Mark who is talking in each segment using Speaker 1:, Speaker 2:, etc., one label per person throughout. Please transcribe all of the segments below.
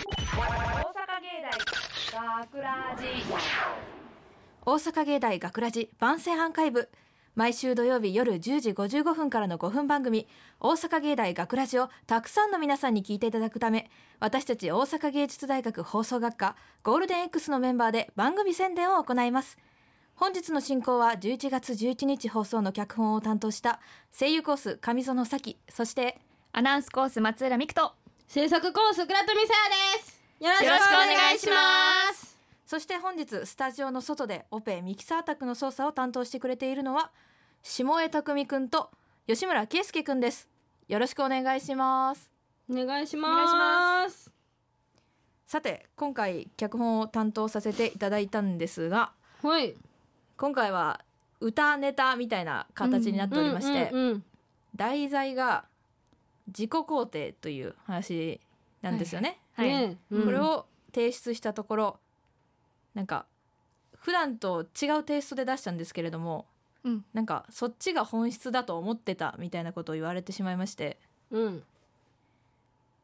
Speaker 1: 大阪芸大学ラジ
Speaker 2: 大阪芸大学ラジ番宣班会部毎週土曜日夜10時55分からの5分番組「大阪芸大学ラジをたくさんの皆さんに聞いていただくため私たち大阪芸術大学放送学科ゴールデン X のメンバーで番組宣伝を行います本日の進行は11月11日放送の脚本を担当した声優コース上園咲そして
Speaker 3: アナウンスコース松浦美久と
Speaker 4: 制作コース倉富沙耶ですよろし
Speaker 3: よろしくお願いします
Speaker 2: そして本日スタジオの外でオペミキサー宅の操作を担当してくれているのは下江匠くんと吉村圭介くんですよろしくお願いします
Speaker 4: お願いし
Speaker 3: お願いし
Speaker 4: ます
Speaker 2: さて今回脚本を担当させていただいたんですが
Speaker 4: はい
Speaker 2: 今回は歌ネタみたいな形になっておりまして、
Speaker 4: うんうんうん
Speaker 2: 題材が自己肯定という話なんですよね、
Speaker 3: はい、
Speaker 4: ねえうん
Speaker 2: これを提出したところなんか普段と違うテイストで出したんですけれども
Speaker 3: うん
Speaker 2: なんかそっちが本質だと思ってたみたいなことを言われてしまいまして
Speaker 4: うん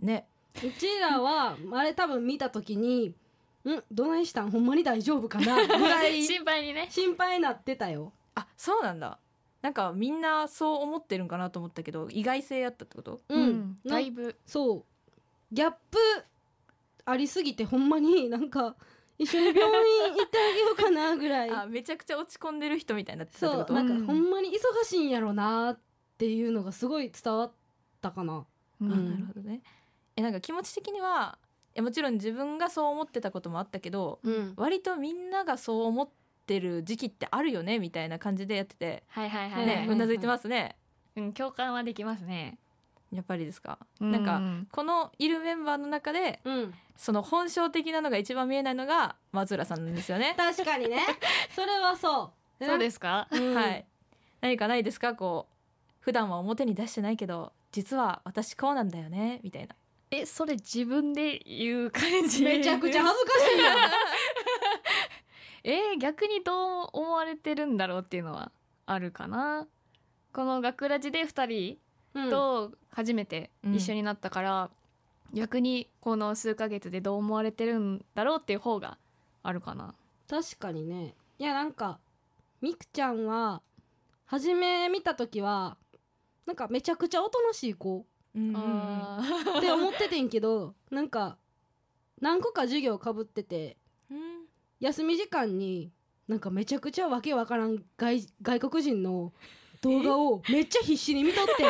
Speaker 2: ね
Speaker 4: うちらはあれ多分見た時に「んどないしたんほんまに大丈夫かな?」ぐら い
Speaker 3: 心配にね
Speaker 4: 心配になってたよ
Speaker 2: あそうなんだなんかみんなそう思ってるんかなと思ったけど意外性あったってこと
Speaker 4: うん、な
Speaker 3: だいぶ
Speaker 4: そうギャップありすぎてほんまになんか一緒に病院行ってあげようかなぐ らい
Speaker 2: あめちゃくちゃ落ち込んでる人みたいになってたって
Speaker 4: そ
Speaker 2: こ
Speaker 4: う
Speaker 2: と
Speaker 4: なん
Speaker 3: うん
Speaker 4: かほんまに忙しいんやろなっていうのがすごい伝わったかな
Speaker 3: うん
Speaker 2: あなるほどねえなんか気持ち的にはいやもちろん自分がそう思ってたこともあったけど
Speaker 4: うん
Speaker 2: 割とみんながそう思ってる時期ってあるよねみたいな感じでやってて
Speaker 3: はいはいはい、
Speaker 2: ね
Speaker 4: うん
Speaker 2: うなずいてますね
Speaker 3: うん共感はできますね
Speaker 2: やっぱりですかなんか
Speaker 3: うん
Speaker 2: このいるメンバーの中で
Speaker 4: うん
Speaker 2: その本性的なのが一番見えないのが松浦さんなんですよね。
Speaker 4: 確かに ねそれはそう、
Speaker 3: そうですすか
Speaker 4: うん
Speaker 2: はい。何かないですかこう普段は表に出してないけど実は私こうなんだよねみたいな。
Speaker 3: えそれ自分で言う感じ
Speaker 4: めちゃくちゃ恥ずかしいやん
Speaker 3: えー逆にどう思われてるんだろうっていうのはあるかなこの学ラジで2人
Speaker 4: うん
Speaker 3: と初めて
Speaker 2: うん
Speaker 3: 一緒になったから、逆にこの数ヶ月でどう思われてるんだろうっていう方があるかな。
Speaker 4: 確かにねいやなんかみくちゃんは初め見た時はなんかめちゃくちゃおとなしい子
Speaker 2: うん
Speaker 3: あ
Speaker 4: っ
Speaker 3: ー
Speaker 4: て思っててんけどなんか何個か授業かぶってて
Speaker 2: うん
Speaker 4: 休み時間になんかめちゃくちゃわけわからん外外国人の動画をめっちゃ必死に見とって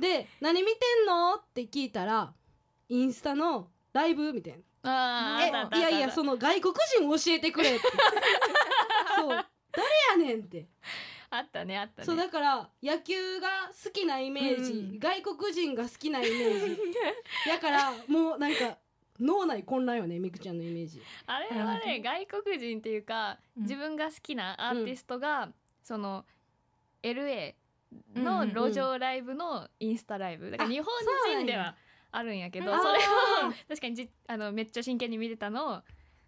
Speaker 4: で「何見てんの?」って聞いたら「インスタのライブ」みたいな
Speaker 3: あーあったあっ
Speaker 4: え
Speaker 3: た
Speaker 4: いやいや
Speaker 3: あった
Speaker 4: その外国人教えてくれって そう誰やねんって、
Speaker 3: あったねあったね。
Speaker 4: そうだから野球が好きなイメージ、
Speaker 2: うん
Speaker 4: 外国人が好きなイメ ージだからもうなんか脳内混乱よねみくちゃんのイメージ
Speaker 3: あれはね外国人っていうか、
Speaker 2: うん
Speaker 3: 自分が好きなアーティストが、その LA の路上ライブのインスタライブだから
Speaker 4: あ
Speaker 3: 日本
Speaker 4: そう
Speaker 3: 人
Speaker 4: なんや
Speaker 3: ではあるんやけど
Speaker 2: あー
Speaker 3: それを確かにじあのめっちゃ真剣に見てたのを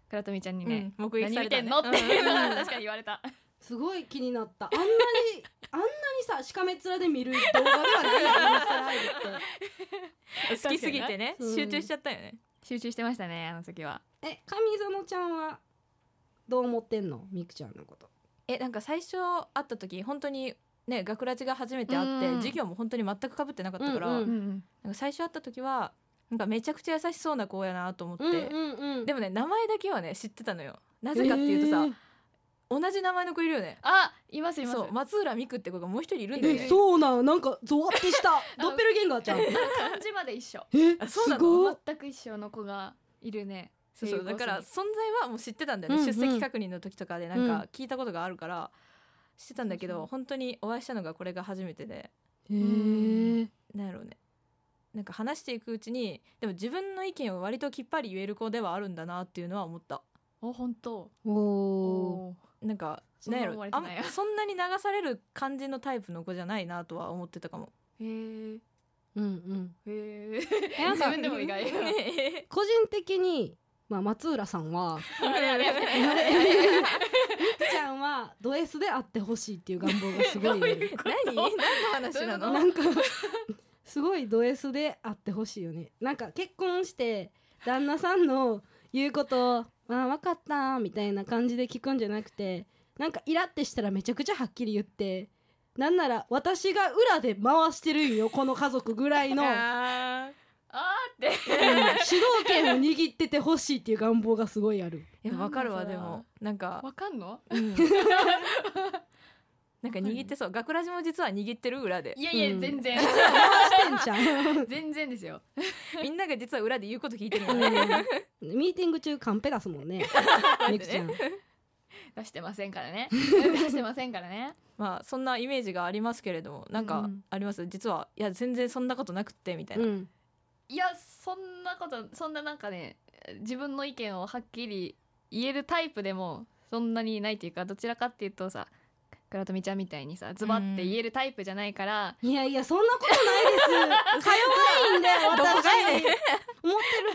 Speaker 3: 倉富ちゃんに
Speaker 2: う
Speaker 3: ね、
Speaker 2: ん目撃
Speaker 3: 何
Speaker 2: さ
Speaker 3: 見
Speaker 2: れ
Speaker 3: て
Speaker 2: た
Speaker 3: ん
Speaker 2: ね
Speaker 3: のっていう の
Speaker 2: う
Speaker 3: は
Speaker 2: ん
Speaker 3: 確かに言われた。
Speaker 4: すごい気になった あんなにあんなにさしかめ面で見る動画ではないやんインスタライブって
Speaker 2: 好きすぎて
Speaker 3: ね
Speaker 2: ね
Speaker 4: うん
Speaker 2: 集中しちゃったよね。
Speaker 3: 集中してましたねあの時は
Speaker 4: え上園ちゃんはどう思ってんのみくちゃんのこと
Speaker 2: えなんか最初会った時本当にね学ラジが初めて会って
Speaker 3: うん
Speaker 2: 授業も本当に全く被ってなかったから、
Speaker 4: うんうん
Speaker 2: なんか最初会った時はなんかめちゃくちゃ優しそうな子やなと思って、
Speaker 4: んうん
Speaker 2: でもね名前だけはね知ってたのよ。なぜかっていうとさ、同じ名前の子いるよね。
Speaker 3: あいますいます
Speaker 2: そう松浦美久って子がもう一人いるんだよ
Speaker 4: え
Speaker 2: ね。
Speaker 4: そうなんなんかゾワってした
Speaker 3: の
Speaker 4: ドッペルゲンガー ち ゃん
Speaker 3: 漢字まで一緒
Speaker 4: え
Speaker 2: あそう
Speaker 4: す
Speaker 2: なの
Speaker 4: ごい
Speaker 3: 全く一緒の子がいるね
Speaker 2: そうそうだから
Speaker 3: そ
Speaker 2: 存在はもう知ってたんだよね、
Speaker 4: うんうん
Speaker 2: 出席確認の時とかでなん
Speaker 4: うん
Speaker 2: か聞いたことがあるから知ってたんだけ
Speaker 3: そう
Speaker 2: ど、
Speaker 3: そう
Speaker 2: 本当にお会いしたのがこれが初めてで
Speaker 4: へー
Speaker 2: なんやろうねなんか話していくうちにでも自分の意見を割ときっぱり言える子ではあるんだなっていうのは思った
Speaker 3: お本当
Speaker 4: おー
Speaker 3: お
Speaker 2: なんか
Speaker 3: そんな
Speaker 2: なんや
Speaker 3: 思
Speaker 2: ろ
Speaker 3: われて
Speaker 2: あ
Speaker 3: ないわ
Speaker 2: ん そんなに流される感じのタイプの子じゃないなとは思ってたか も。
Speaker 3: ーへ
Speaker 4: うんうん
Speaker 3: えへえ
Speaker 4: えなん
Speaker 3: 自
Speaker 4: か
Speaker 3: 分でも意外
Speaker 2: ね
Speaker 4: 個人的にまあ松浦さん は
Speaker 3: あれあれあれ
Speaker 4: みくちゃんはド S であってほしいっていう願望がすご
Speaker 3: どう
Speaker 4: いね
Speaker 3: いうこと
Speaker 2: 何何の話な
Speaker 3: どう
Speaker 2: の
Speaker 4: なんかすごいド S であってほしいよねなんか結婚して旦那さんの言うことを「ああ分かった」みたいな感じで聞くんじゃなくてなんかイラってしたらめちゃくちゃはっきり言ってなんなら私が裏で回してるんよこの家族ぐらいのうん
Speaker 2: あ
Speaker 3: あーって
Speaker 4: 主導権を握っててほしいっていう願望がすごいある。
Speaker 2: いやわかるわ
Speaker 3: なんだ
Speaker 2: で
Speaker 3: それは
Speaker 2: もなんか
Speaker 3: わかんの
Speaker 2: うん なんか握ってそう学ラジも実は握ってる裏で
Speaker 3: いやいや、
Speaker 4: うん
Speaker 3: 全 然
Speaker 4: 回してんじ ゃん
Speaker 3: 全然ですよ
Speaker 2: みんなが実は裏で言うこと聞 いてるよね
Speaker 4: ミーティング中カンペ出すもん ね。みくちゃん。
Speaker 3: 出してませんから ね出してませんからね
Speaker 2: まあそんなイメージがありますけれどもなん
Speaker 4: う
Speaker 2: か
Speaker 4: ん。
Speaker 2: あります実はいや全然そんなことなくってみたいうなん
Speaker 3: いやそんなことそんななんかね自分の意見をはっきり言えるタイプでもそんなにないっていうかどちらかっていうとさ倉富ちゃんみたいにさズバって言えるタイプじゃないから、
Speaker 4: いやいやそんなことないです。 か弱いんだよ
Speaker 2: どこ
Speaker 4: 私。
Speaker 2: がやねん
Speaker 4: 思ってる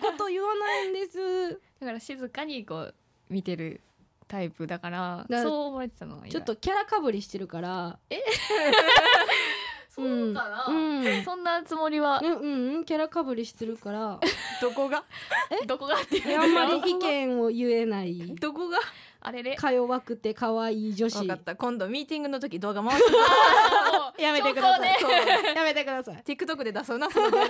Speaker 4: こと言わないんです。
Speaker 3: だから静かにこう見てるタイプだから
Speaker 4: だ
Speaker 3: そう思われてたのは意
Speaker 4: ちょ
Speaker 3: 外
Speaker 4: っとキャラかぶりしてるから。
Speaker 3: そうかな、
Speaker 4: うん。ね
Speaker 3: そんなつもりは
Speaker 4: うんうんキャラかぶりしてるから。
Speaker 2: どこが
Speaker 3: どこがっていう
Speaker 4: いやあんまり意見を言えない。
Speaker 2: どこが
Speaker 3: あれれ
Speaker 4: か弱くて可愛い女子。
Speaker 2: 分かった今度ミーティングの時動画回すぞ
Speaker 4: やめてください。
Speaker 3: 兆
Speaker 4: そうやめてください。
Speaker 2: TikTok で出そうなその動画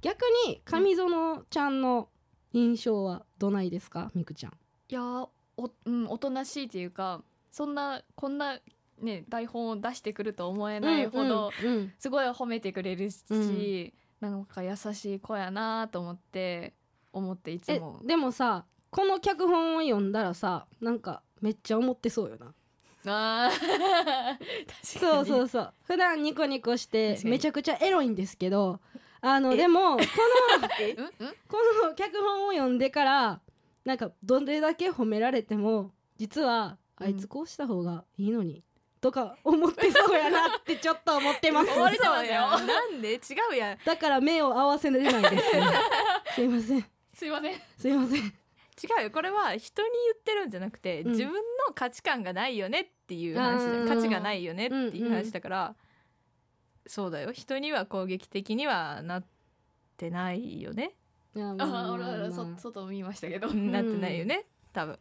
Speaker 4: 逆に上園ちゃんの印象はどないですか、みくちゃん。
Speaker 3: いやーお,、うん、おとなしいっていうかそんなこんな、ね、台本を出してくると思えないほど、
Speaker 4: うんうんうん
Speaker 3: すごい褒めてくれるし、なんか優しい子やなと思って思っていつ
Speaker 4: え
Speaker 3: も
Speaker 4: でもさこの脚本を読んだらさなんかめっちゃ思ってそうよな
Speaker 3: あー 確かに
Speaker 4: そうそうそう普段ニコニコして
Speaker 3: 確かに
Speaker 4: めちゃくちゃエロいんですけどあの
Speaker 2: え
Speaker 4: でもこ
Speaker 2: え
Speaker 3: うんうん
Speaker 4: のこの脚本を読んでからなんかどれだけ褒められても実は
Speaker 3: うん
Speaker 4: あいつこうした方がいいのに、とか思ってそうやなってちょっと思ってます
Speaker 3: 思われてますよ
Speaker 2: 嘘やんなんで違うやん
Speaker 4: だから目を合わせられな いですすいません
Speaker 3: すいません
Speaker 4: すいません
Speaker 2: 違うよこれは人に言ってるんじゃなくて、
Speaker 4: うん
Speaker 2: 自分の価値観がないよねっていう話じゃん
Speaker 4: うん
Speaker 2: 価値がないよねっていう話だから、そうだよ人には攻撃的にはなってないよね、
Speaker 4: いやまあまあま
Speaker 3: あ
Speaker 4: あ
Speaker 3: 俺はそ外見ましたけど
Speaker 2: なってないよね多分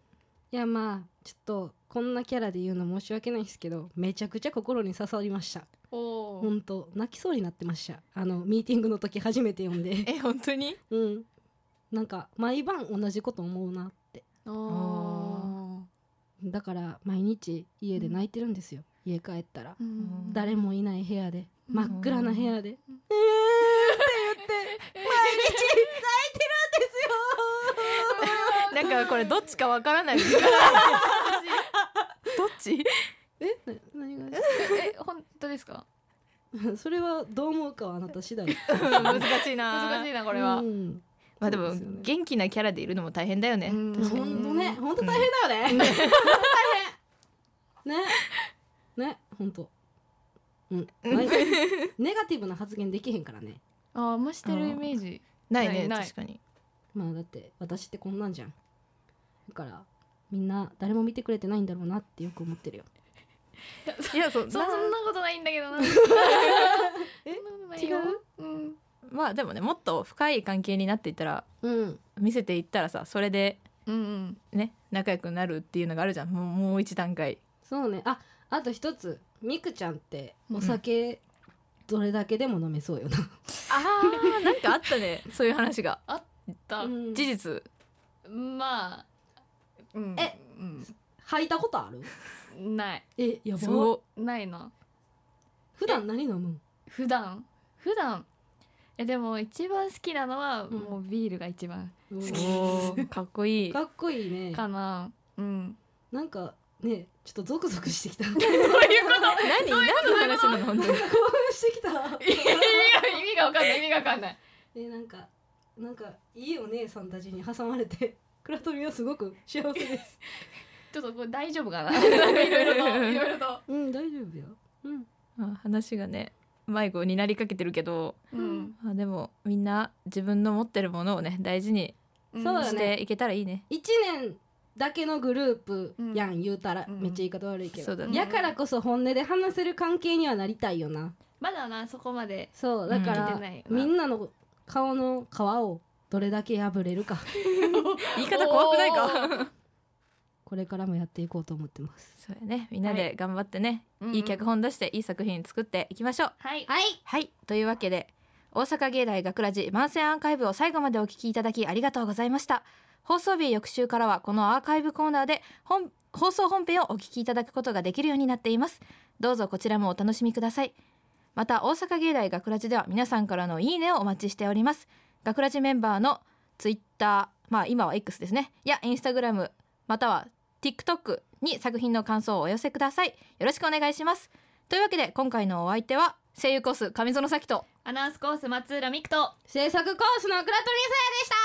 Speaker 4: いやまあちょっとこんなキャラで言うの申し訳ないですけどめちゃくちゃ心に刺さりました
Speaker 3: おー
Speaker 4: ほんと泣きそうになってましたあのミーティングの時初めて読んで
Speaker 2: え本当 に
Speaker 4: うんなんか毎晩同じこと思うなって
Speaker 3: お
Speaker 4: だから毎日家で泣いてるんですよ、家帰った
Speaker 3: ー
Speaker 4: ら
Speaker 3: うん
Speaker 4: 誰もいない部屋で
Speaker 3: うん
Speaker 4: 真っ暗な部屋で、
Speaker 3: うん
Speaker 4: えーって言って毎日泣いてるんですよ
Speaker 2: なんかこれどっちかわからないどっち
Speaker 4: えな何がです
Speaker 3: え本当ですか
Speaker 4: かそれはどう思うかはあなた次第
Speaker 2: 難しいな
Speaker 3: 難しいなこれは、
Speaker 4: うん
Speaker 2: まあでも
Speaker 4: そうですよね
Speaker 2: 元気なキャラでいるのも大変だよね、
Speaker 3: うん
Speaker 4: 本
Speaker 3: 確か
Speaker 4: 当
Speaker 3: に
Speaker 4: ね、本当大変だよ ね。本当大変。ね、ね、本当。うん、 毎回ネガティブな発言できへんからね。
Speaker 3: あーあんましてるイメージ
Speaker 2: ないね
Speaker 3: ないない
Speaker 2: 確かに
Speaker 4: まあだって私ってこんなんじゃん。だからみんな誰も見てくれてないんだろうなってよく思ってるよ。
Speaker 2: いやそ
Speaker 3: そそんなことないんだけど な
Speaker 4: え
Speaker 3: そんなことないよ
Speaker 4: 違う
Speaker 3: うん
Speaker 2: まあでもねもっと深い関係になっていったら
Speaker 4: うん。
Speaker 2: 見せていったらさそれで
Speaker 3: うんうん
Speaker 2: ね仲良くなるっていうのがあるじゃんもうもう一段階
Speaker 4: そうね。あ、あと一つ、みくちゃんってお酒どれだけでも飲めそうよ な。
Speaker 2: あーなんかあったねそういう話が
Speaker 3: だ、
Speaker 4: うん
Speaker 2: 事実
Speaker 3: まあ、うん、
Speaker 4: え吐いたことある？
Speaker 3: うん、ない
Speaker 4: え、やば。
Speaker 2: そ
Speaker 3: ないな
Speaker 4: 普段何飲むん？
Speaker 3: 普段普段えでも一番好きなのは、
Speaker 4: ん
Speaker 3: もうビールが一番
Speaker 2: う
Speaker 4: 好
Speaker 2: おーかっこいい
Speaker 4: かっこいいね。
Speaker 3: かなうん
Speaker 4: なんかねちょっとゾクゾクして きた興奮
Speaker 2: 何何の話なの本当に
Speaker 4: してきた
Speaker 3: い や意味がわかんない意味がわかんない
Speaker 4: でなんかなんかいいお姉さんたちに挟まれて倉富はすごく幸せです
Speaker 3: ちょっとこれ大丈夫かななん かいろいろといろいろと
Speaker 4: うん大丈夫ようん
Speaker 2: まあ話がね迷子になりかけてるけど、
Speaker 3: うん、
Speaker 2: まあ、でもみんな自分の持ってるものをね大事に
Speaker 4: そうだね
Speaker 2: していけたらいいね
Speaker 4: 1年だけのグループやん、言うたら、
Speaker 3: うん
Speaker 4: めっちゃ言い方悪いけ
Speaker 2: そ
Speaker 4: ど、
Speaker 2: うだ
Speaker 3: ね
Speaker 4: やからこそ本音で話せる関係にはなりたいよな
Speaker 3: まだなそこまで
Speaker 4: そうだか
Speaker 3: うん
Speaker 4: ら、
Speaker 3: 見てないよな
Speaker 4: みんなの顔の皮をどれだけ破れる か
Speaker 2: 言い方怖くないか
Speaker 4: これからもやっていこうと思ってます
Speaker 2: そうやねみんなで頑張ってね、
Speaker 3: うんうん
Speaker 2: いい脚本出していい作品作っていきましょう
Speaker 3: はい
Speaker 4: はい
Speaker 2: はいというわけで大阪芸大学ラジ万世アンカイブを最後までお聞きいただきありがとうございました放送日翌週からはこのアーカイブコーナーで本放送本編をお聞きいただくことができるようになっていますどうぞこちらもお楽しみくださいまた大阪芸大学ラジでは皆さんからのいいねをお待ちしております学ラジメンバーのツイッターまあ今は X ですねやインスタグラムまたは TikTok に作品の感想をお寄せくださいよろしくお願いしますというわけで今回のお相手は声優コース上園咲と
Speaker 3: アナウンスコース松浦美久と
Speaker 4: 制作コースの倉取さやでした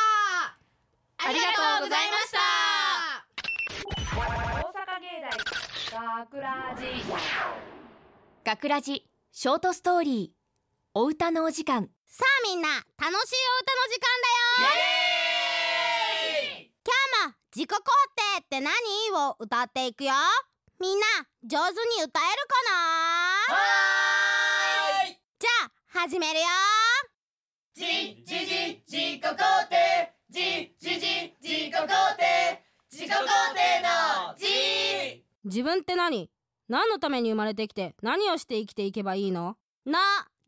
Speaker 3: ありがとうございました
Speaker 1: 大阪芸大学ラジ
Speaker 5: 学ラジショートストーリーお歌のお時間
Speaker 6: さあみんな楽しいお歌の時間だよ今日も自己肯定って何を歌っていくよみんな上手に歌えるかなじゃあ始めるよ
Speaker 7: じじじ自己肯定じじじ自己肯定自己肯定のじ
Speaker 6: 自分って何何のために生まれてきて何をして生きていけばいいのの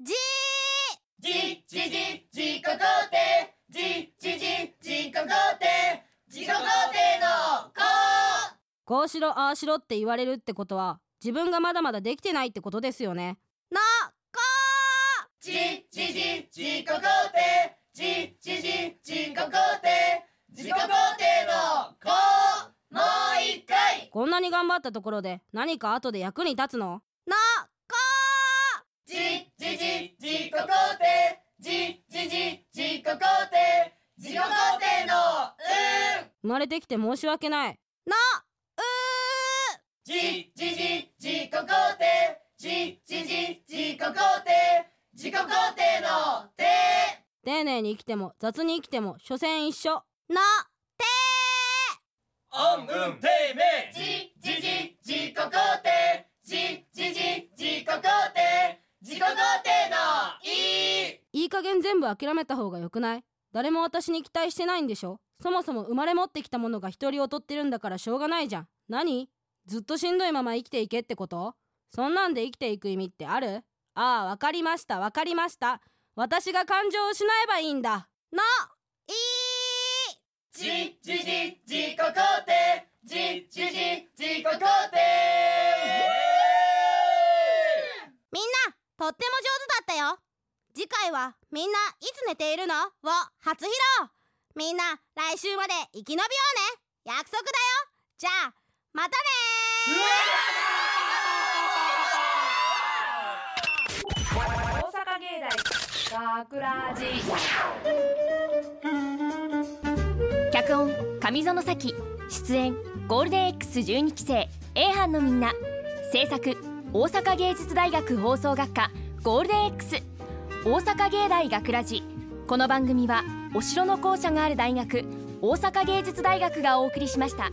Speaker 6: じ
Speaker 7: じじじ自己肯定じじじ自己肯定自己肯定のこ
Speaker 6: こうしろああしろって言われるってことは自分がまだまだできてないってことですよねのこ
Speaker 7: じじじ自己肯定じじじ自己肯定自己肯定のこもう一回
Speaker 6: こんなに頑張ったところで何か後で役に立つののこ
Speaker 7: じじじ自己肯定じじじ自己肯定自己肯定のうん
Speaker 6: 生まれてきて申し訳ないのう
Speaker 7: じじじ自己肯定じじじ自己肯定自己肯定のて
Speaker 6: 丁寧に生きても雑に生きても所詮一緒の
Speaker 7: 恩運てめじじじ自己肯定じじじ自己肯定自己肯定のい
Speaker 6: いい加減全部諦めた方が良くない誰も私に期待してないんでしょそもそも生まれ持ってきたものが一人を取ってるんだからしょうがないじゃん何ずっとしんどいまま生きていけってことそんなんで生きていく意味ってあるああわかりましたわかりました私が感情を失えばいいんだのいい
Speaker 7: じじじ自己肯定じじじ自己肯定
Speaker 6: みんなとっても上手だったよ次回は「みんないつ寝ているの?」を初披露みんな来週まで生き延びようね約束だよじゃあまたねー
Speaker 1: 大阪芸大学ラジ
Speaker 5: 脚本上園咲出演ゴールデン X12 期生 A 班のみんな制作大阪芸術大学放送学科ゴールデン X 大阪芸大学ラジこの番組はお城の校舎がある大学大阪芸術大学がお送りしました。